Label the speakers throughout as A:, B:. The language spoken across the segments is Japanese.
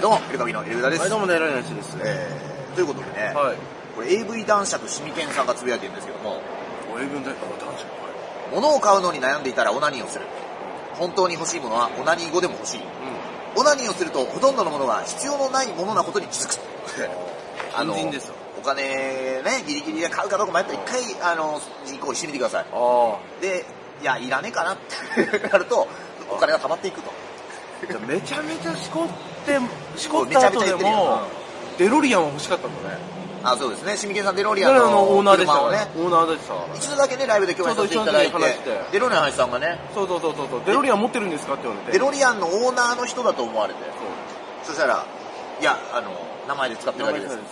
A: どうも、エルカビのエルダです。
B: はい、どうもね、ライナチです。
A: えー、ということでね、
B: はい。
A: これ AV 男爵シミケンさんがつぶやいてるんですけども、
B: ご英文で、あ、男子は
A: 物を買うのに悩んでいたらオナニーをする。本当に欲しいものはオナニー語でも欲しい。オナニーをするとほとんどのものが必要のないものなことに気づく。
B: い。うん。人ですよ。
A: お金ね、ギリギリで買うかどうか迷ったら一回、あの、実行してみてください。
B: あ
A: で、いや、いらねえかなってなると、お金が溜まっていくと。
B: あ。じゃあめちゃめちゃしこ って、しこっ
A: めち
B: た
A: ゃめ
B: 後
A: ちゃ言っ
B: で
A: てるよ
B: も、デロリアンは欲しかったんだね。
A: あ、そうですね、シミケンさんデロ
B: デ
A: リア
B: ロ
A: ン
B: リアンのオーナー
A: の
B: でした
A: 車を
B: か
A: ね
B: らね、。オーナーでしたからね。
A: 一度だけね、ライブで共演させていただいて
B: そうそう一度だけ話して、
A: デロリアン林さんがね、
B: そうそうそうそうそう。デロリアン持ってるんですかって言われて。
A: デロリアンのオーナーの人だと思われて、そ
B: そう
A: したら、いや、あの、名前で使ってるだけです。っ
B: 名前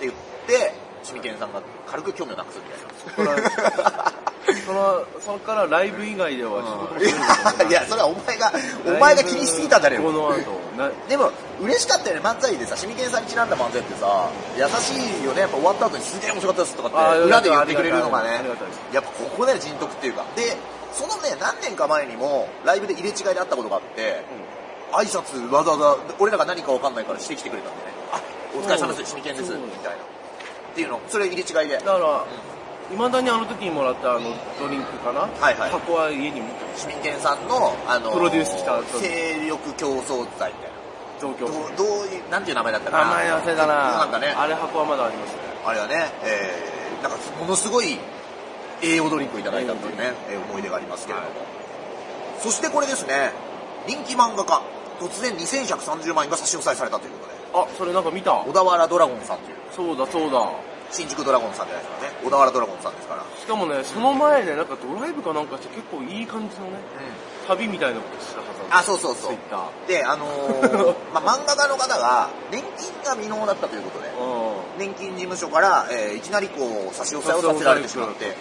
A: て
B: で使
A: 言って、シミケンさんが軽く興味をなくすみたいな。
B: その、そこからライブ以外では仕事も
A: い
B: してるんだ けど
A: や、いやそれはお前が、お前が気にしすぎたんだね。
B: この後、な、
A: でも、嬉しかったよね、漫才でさ、シミケンさんにちなんだ漫才ってさ、優しいよね、やっぱ終わった後にすげえ面白かったですとか
B: あ
A: っ
B: ー
A: て、裏で言ってくれるのがね
B: ありがたいです、
A: やっぱここだよ、人徳っていうか。で、そのね、何年か前にも、ライブで入れ違いで会ったことがあって、挨拶わざわざ、俺らが何かわかんないからしてきてくれたんでね、あ、お疲れ様です、シミケンです、
B: そう
A: み
B: なんだ
A: たいな。っていうの、それ入れ違いで
B: だ、から、いまだにあの時にもらったあのドリンクかな
A: はいはい
B: 箱は家に持ってる。
A: シミケンさんの、あの、
B: プロデュース来た後
A: 勢力競争罪みたいな。
B: 状況
A: ど。う、どういう、なんていう名前だったかな
B: 名前忘れたな
A: なんかね、
B: あれ箱はまだありますね。
A: あれはね、えー、なんかものすごい栄養ドリンクをいただいたというね、えー思い出がありますけれども、
B: は
A: そしてこれですね、人気漫画家、突然2130万円が差し押さえされたということで、
B: あ、それなんか見た
A: 小。田原ドラゴンさんという、
B: そうだそうだ。
A: 新宿ドラゴンさんじゃないですからね、小田原ドラゴンさんですから、
B: しかもね、その前でなんかドライブかなんかして結構いい感じのね、旅みたいなことしたはず
A: あ、そうそうそう
B: ツイッ。ター。
A: で、あのー まあ、漫画家の方が、年金が未納だったということで、
B: う
A: 年
B: ん。
A: 金事務所から、えーいきなりこう、差し押さえをさせられてしまって、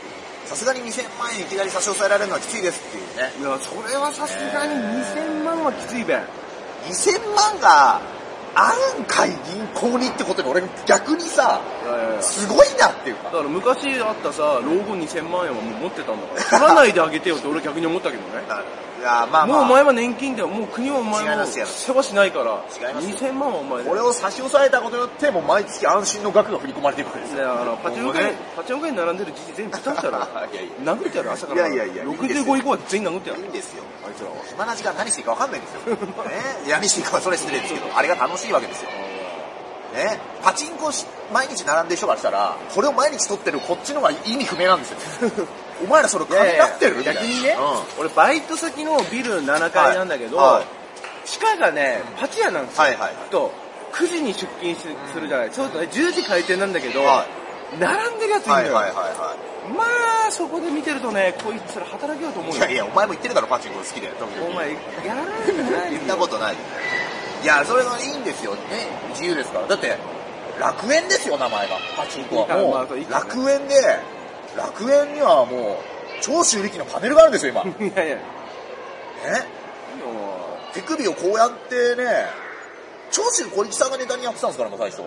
A: さすがに2000万円いきなり差し押さえられるのはきついですっていうね。
B: いや、それはさすがに2000万はきついべ。
A: 2000万があるんかい銀行にってことに俺逆にさ、
B: いやいやいや
A: すごいなっていう
B: だ
A: か。
B: から昔あったさ、老後2000万円はもう持ってたんだから、 取らないであげてよって俺逆に思ったけどね。
A: いや、まあ
B: もうお
A: まあ、
B: 前は年金だよ。もう国はお前
A: 違いま
B: も
A: すよ
B: 世話しないから。
A: 違いますよ
B: 2000万はお前だ
A: これ
B: よ。
A: を差し押さえたことによって、もう毎月安心の額が振り込まれていくわけです
B: だ
A: よ。
B: からあのパチンコ
A: もう
B: 店
A: ね、
B: パチンコ店並んでる時期全部倒したら
A: いやいや、
B: 殴ってやる、朝から。
A: いやいやいやいいんですよ
B: 65以降は全員殴ってや
A: いい
B: る。
A: んですよ。
B: あいつらは。
A: 暇な時間何していいか分かんないんですよ。ね、いや何していいかはそれ失礼ですけど、あれが楽しいわけですよ。ね、パチンコし毎日並んでる人がしたら、これを毎日取ってるこっちの方が意味不明なんですよ。 お前らそれ金出ってるみたいな。
B: 逆にね
A: うん、
B: 俺バイト先のビル7階なんだけど
A: はいはい、
B: 地下がね、パチ屋なんですよ。
A: はいはいはい
B: と、9時に出勤しするじゃない。そうするとね、10時開店なんだけど
A: は、
B: 並んでるやついる
A: はい
B: の
A: はい
B: よ。
A: はいはい。
B: まあ、そこで見てるとね、こいつら働けようと思う
A: い
B: よ
A: や。いや、お前も言ってるだろ、パチンコ好きで。時々
B: お前、やらない
A: 言ったことない。いや、それがいいんですよね。自由ですから。だって、楽園ですよ、名前が。パチンコは。
B: いいから
A: も
B: まあそう
A: う
B: いい、からね
A: 楽園で、楽園にはもう、長州力のパネルがあるんですよ、今。ね
B: いやいや、
A: 手首をこうやってね、長州小力さんがネタにやってたんですから、もう最初。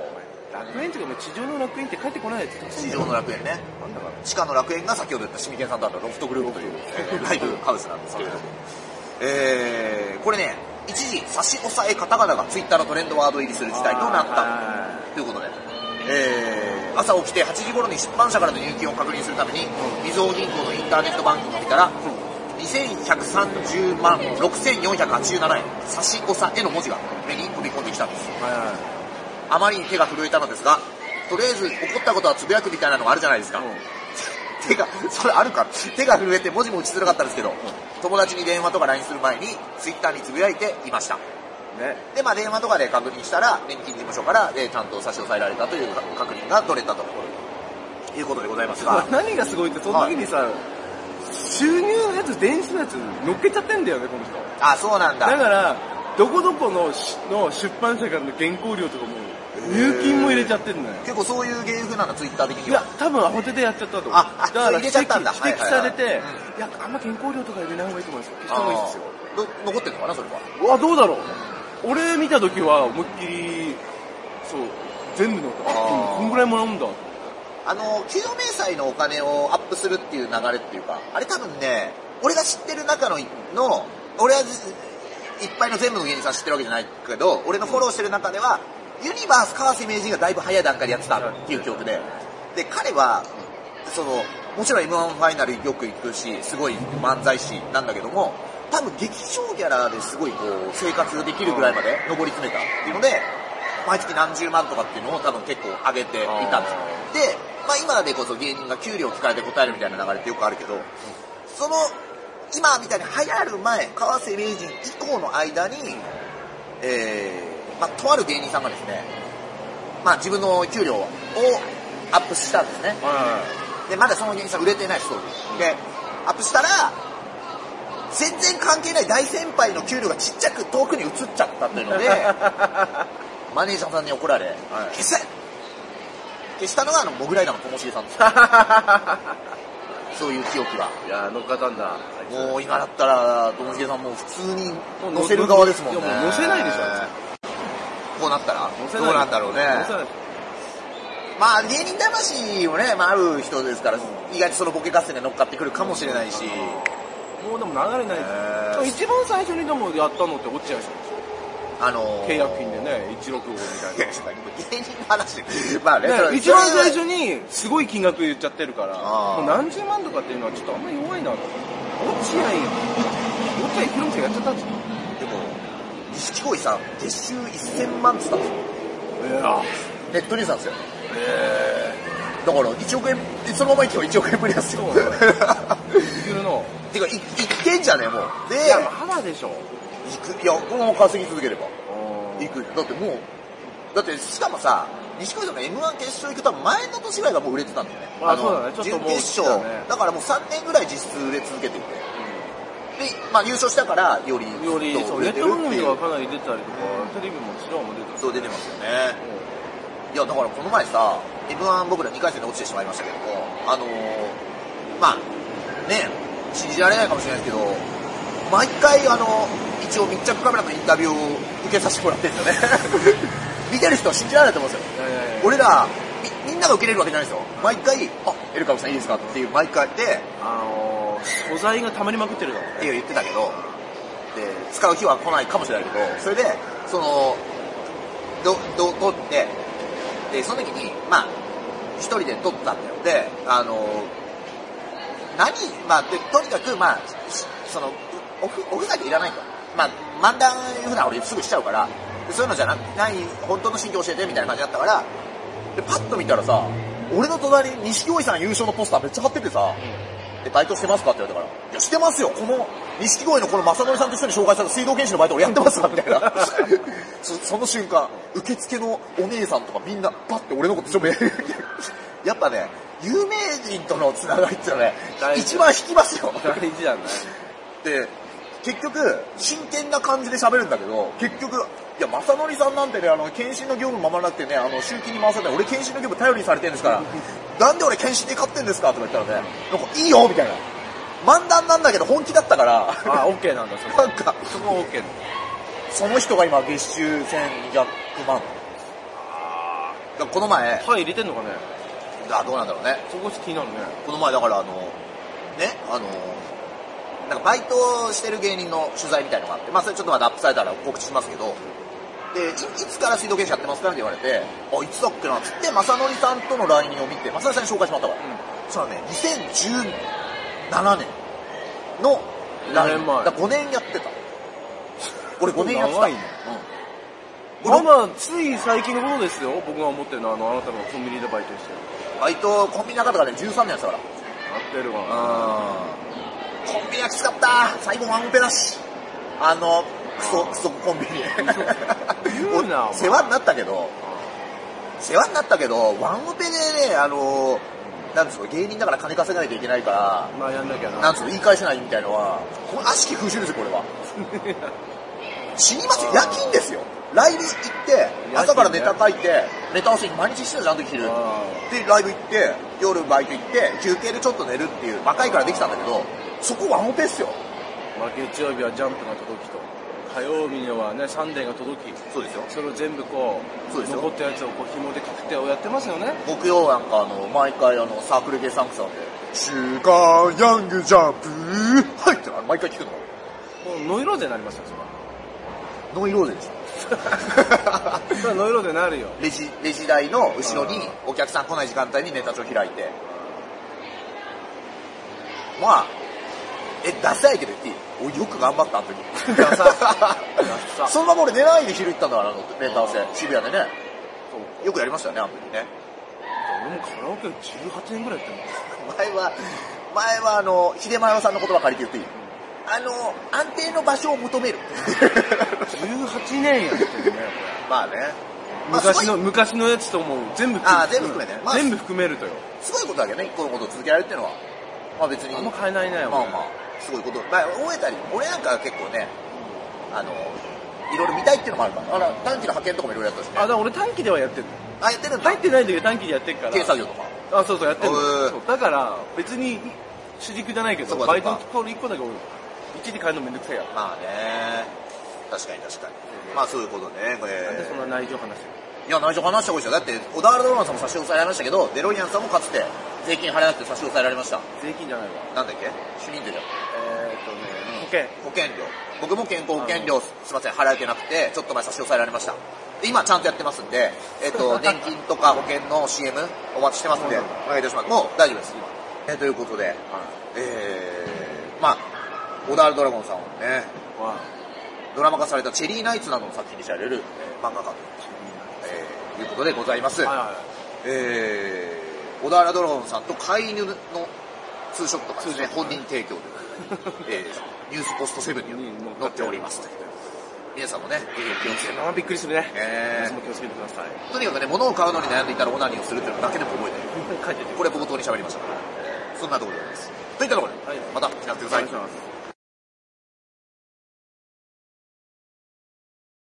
B: 楽園っていうか、地上の楽園って帰ってこないやつたくさんい
A: 地
B: る
A: 上の楽園ね。
B: なんだか
A: 地下の楽園が先ほど言ったシミケンさんとあったロフトグループという、えーライブハウスなんですけれども、えー、これね、一時差し押さえカタカナがツイッターのトレンドワード入りする事態となった
B: は
A: ということで、えー、朝起きて8時頃に出版社からの入金を確認するために、みずほ銀行のインターネットバンキングを見たら、2130万6487円差し押さえの文字が目に飛び込んできたんです。
B: いは
A: あまりに手が震えたのですが、とりあえず起こったことはつぶやくみたいなのがあるじゃないですか。手が、それあるか手が震えて文字も打ちづらかったんですけど、友達に電話とか LINE する前に、Twitter につぶやいていました。
B: い。ね。
A: で、まあ電話とかで確認したら、年金事務所から、えーちゃんと差し押さえられたという確認が取れたということでございますが、
B: 何がすごいって、その時にさ、収入のやつ、電子のやつ、乗っけちゃってんだよね、この人。
A: あ、そうなん
B: だ
A: だ。
B: から、どこどこのしの出版社からの原稿料とかも、入金も入れちゃってんのよ。
A: 結構そういう芸風なの、Twitter 的
B: い
A: に
B: や
A: は。、
B: 多分慌ててやっちゃったと思う。
A: ああそう入れ
B: 指
A: ちゃったんだ
B: 摘
A: は
B: 指摘
A: いはい
B: さ
A: はい
B: れて、い
A: うん
B: や、あんま原稿料とか入れない方がいいと思いますよ。消した方がいい
A: あ
B: ですよ。
A: ーど残ってんのかな、それは。
B: うわ、どうだろう。俺見た時は思いっきり、そう、全部の、
A: あー
B: こんぐらいもらうんだ。
A: あの、給与明細のお金をアップするっていう流れっていうか、あれ多分ね、俺が知ってる中の、の俺はずいっぱいの全部の芸人さん知ってるわけじゃないけど、俺のフォローしてる中では、ユニバース川瀬名人がだいぶ早い段階でやってたっていう曲で、で、彼は、その、もちろん M1 ファイナルよく行くし、すごい漫才師なんだけども、多分劇場ギャラですごいこう、生活できるぐらいまで上り詰めたっていうので、毎月何十万とかっていうのを多分結構上げていたんですよ。で、まあ今でこそ芸人が給料聞かれて答えるみたいな流れってよくあるけど、その、今みたいに流行る前、川瀬名人以降の間に、えー、まあ、とある芸人さんがですね、まあ、自分の給料をアップしたんですね。で、まだその芸人さん売れてないそうです。で、アップしたら、全然関係ない大先輩の給料がちっちゃく遠くに移っちゃったというの で、マネージャーさんに怒られ、消せ消したのがあの、モグライダーのともしげさんです。そう いう記憶が。
B: いやー乗っかったんだ。
A: もう今だったら、ともしげさんもう普通に乗せる側ですもんね。
B: いやもう乗せないでしょ
A: こうなったら
B: 乗せ
A: ど
B: な
A: う
B: い
A: なんだろうね。
B: 乗せない
A: まあ芸人魂もね、まあある人ですから、意外とそのボケ合戦で乗っかってくるかもしれないし、
B: もうでも流れない
A: えー
B: です一番最初にでもやったのって落ちちゃうでし
A: あの
B: ょ
A: ー
B: 契約金で。ね、165みたい
A: いや
B: な。
A: 芸人の話で。まあね、それは
B: ね一番最初にすごい金額言っちゃってるから、
A: あー
B: もう何十万とかっていうのはちょっとあんまり弱いなと。落合、落合博満がやっちゃったんですよ。
A: でも、錦鯉さん、月収1000万って言ったんですよ。
B: いや
A: ネットニュースなんですよ。だから1億円、そのまま行けば1億円ぶりなんですよ。
B: そうなんー、いるの。
A: てか、い、いってんじゃねえ、もう。で、
B: いや、肌でしょ。
A: 行く、いや、このまま稼ぎ続ければ。行
B: い
A: く。だってもう、だってしかもさ、錦鯉さんが M1 決勝行くと前の年ぐらいがもう売れてたんだよね。の
B: あそうだねちょっともう
A: 準決勝
B: 来たね
A: だからもう3年ぐらい実質売れ続けてるんで。で、まあ優勝したから、より、
B: より、
A: ずっと
B: そう
A: 売れ
B: ネッ
A: て
B: ト
A: るっ
B: 番
A: て
B: 組
A: いう
B: が。かなり出たりとか、テレビもちろんも出てたし
A: そう出てますよね。いや、だからこの前さ、M1 僕ら2回戦で落ちてしまいましたけども、あのー、まあ、ね、信じられないかもしれないですけど、毎回あの、一応密着カメラのインタビューを受けさせてもらってるんですよね。 見てる人は信じられないと思うんですよ。
B: いやいやいや
A: 俺らみ、みんなが受けれるわけじゃないですよ。毎回、あ、エルカムさんいいですかっていう毎回で、
B: あのー、素材が溜まりまくってるだろう
A: って言ってたけど、で、使う日は来ないかもしれないけど、それで、その、ど、ど、撮って、で、その時に、まあ、一人で撮ったんだよ。で、あの、何、まあ、で、とにかく、まあ、しその、おふ、おふざけいらないと。まあ、漫談、普段俺すぐしちゃうから、でそういうのじゃなない、本当の心境教えてみたいな感じだったから、で、パッと見たらさ、俺の隣に錦鯉さん優勝のポスターめっちゃ貼っててさ、で、バイトしてますかって言われたから、いや、してますよ、この、錦鯉のこの正則さんと一緒に紹介された水道検視のバイト俺やってますわ、みたい な。そその瞬間、受付のお姉さんとかみんな、パッて俺のこと一応目やっぱね、有名人とのつながりってのはね
B: 大、事
A: 一番引きますよ。
B: 大事だね。
A: で、結局、真剣な感じで喋るんだけど、結局、いや、正則さんなんてね、あの、検診の業務ままなくてね、あの、集金に回されて、俺検診の業務頼りにされてるんですから、 なんで俺検診で勝ってんですかとか言ったらね、なんか、いいよみたいな。漫談なんだけど本気だったから、
B: あ、OK なんだ、そ こ。
A: なんか、
B: そこは OK なんだ。
A: その人が今、月収1200万。だからこの前、
B: 歯入れてんのかね
A: あ、どうなんだろうね。
B: そこ気になるね。
A: この前だからあの、ね、あの、なんかバイトしてる芸人の取材みたいのがあって、まあそれちょっとまだアップされたら告知しますけど、で、いいつから水道検視やってますかって言われて、あ、いつだっけなっつって、正則さんとの LINE を見て、正則さんに紹介してもらったから。そしたらね、2017年の
B: 五年前
A: だ5年やってた。俺5年やってた。
B: 長いね
A: うん
B: まだ、つい最近のことですよ。僕が思ってるのは、あの、あなたがコンビニでバイトしてる。
A: バイト、コンビニの中とかで13年やってたから。
B: やってるわ。
A: うんコンビニはきつかった最後ワンオペだし。あの、クソ、クソコンビニ。
B: 言うなお 前
A: お世話になったけど、世話になったけど、ワンオペでね、あの、なんですか、芸人だから金稼がないといけないか
B: まあ、やんなきゃな。
A: ら、なんつうの、言い返せないみたいのは、これ悪しき風習ですよ、こ れは。死にますよ、夜勤ですよ。ライブ行って、朝からネタ書いて、ネタ合わせ毎日してたじゃん、あの時昼。
B: あ
A: で、ライブ行って、夜バイト行って、休憩でちょっと寝るっていう、若いからできたんだけど、そこワンオペっすよ。
B: ーまあ、月曜日はジャンプが届きと。火曜日にはね、サンデーが届き。
A: そうですよ
B: それを全部こう、
A: そうですよ
B: 残ったやつをこう、紐でくくってをやってますよね。
A: 木曜なんかあの、毎回あの、サークル系サンクさんで、週刊ヤングジャンプはいっての毎回聞くの。
B: もうノイローゼになりますよ、それは。
A: ノイローゼでしょ。
B: それはノイローゼなるよ。
A: レジ、レジ台の後ろにお客さん来ない時間帯にネタ帳開いて。まあ、え、ダサいけど言っていい俺よく頑張った、あの 時。
B: ダサいダサい
A: そのまま俺寝ないで昼行ったんだから、あのネタ合わせ
B: あ。ー
A: 渋谷でね。
B: そう
A: よくやりましたよね、あの時ね。
B: 俺もカラオケ18年ぐらいやってん
A: 前は、前はあの、秀丸さんの言葉借りて言っていいあの、安定の場所を求める。
B: の。18年やってるね、
A: まあね。まあ
B: 昔
A: すご
B: の、
A: い
B: 昔のやつともう全部
A: あー全部含めてまあ
B: 全部含めるとよ。
A: すごいことだけどね、一個のことを続けられるっていうのは。まあ別に。
B: あんま変えないなよ。
A: まあまあ、すごいこと。まあ、覚えたり、俺なんかは結構ね、あの、いろいろ見たいっていうのもあるから、あら、短期の派遣とかもいろいろやったしね
B: あ、。だから俺短期ではやってるの。
A: あ、やってるんだ。
B: 入ってない時は短期でやってるから。
A: 軽作業とか。
B: あ、そうそう、やってるの
A: へー
B: そうだから、別に主軸じゃないけ
A: そ
B: ど、
A: うか
B: バイト
A: そう
B: の
A: か
B: ところ1個だけ俺、一時帰るのめんどくさいや。
A: まあね、確かに確かに。まあそういうことね、これ。
B: なんでそんな内情話してる
A: いや、内情話した方がいいですよ。だって、小田原ドラマさんも差し押さえられましたけど、デロリアンさんもかつて、税金払えなくて差し押さえられました。
B: 税金じゃないわ。
A: なんだっけ主任税じゃん。
B: えーっとね、保険。
A: 保険料。僕も健康保険料、すいません、払えてなくて、ちょっと前差し押さえられました。で今ちゃんとやってますんで、えっ、 と、年金とか保険の CM お待ちしてますんで、
B: うん
A: お願いいたします。もう大丈夫です、今。えということで、えー、まあ、オダールドラゴンさんをね、
B: は、
A: ドラマ化されたチェリーナイツなどの作品に知られる、えー漫画家と、えーいうことでございます。
B: はいはいは
A: えー、小田原ドラゴンさんと飼い犬のツーショットがです
B: ツー
A: ね、
B: ショット
A: 本人提供で、えー、ニュースポストセブンに載っておりますという皆さんもね、ぜひ気をつけて
B: い。あーびっくりするね。
A: えー
B: 皆さんも気をつけてください。
A: とにかくね、物を買うのに悩んでいたらオナニーをするっていうのだけでも覚えてる。
B: 書いてて。
A: これ冒頭に喋りましたから、そんなところでございます。といったところで
B: はい、
A: また来なくてください
B: お願いし。ます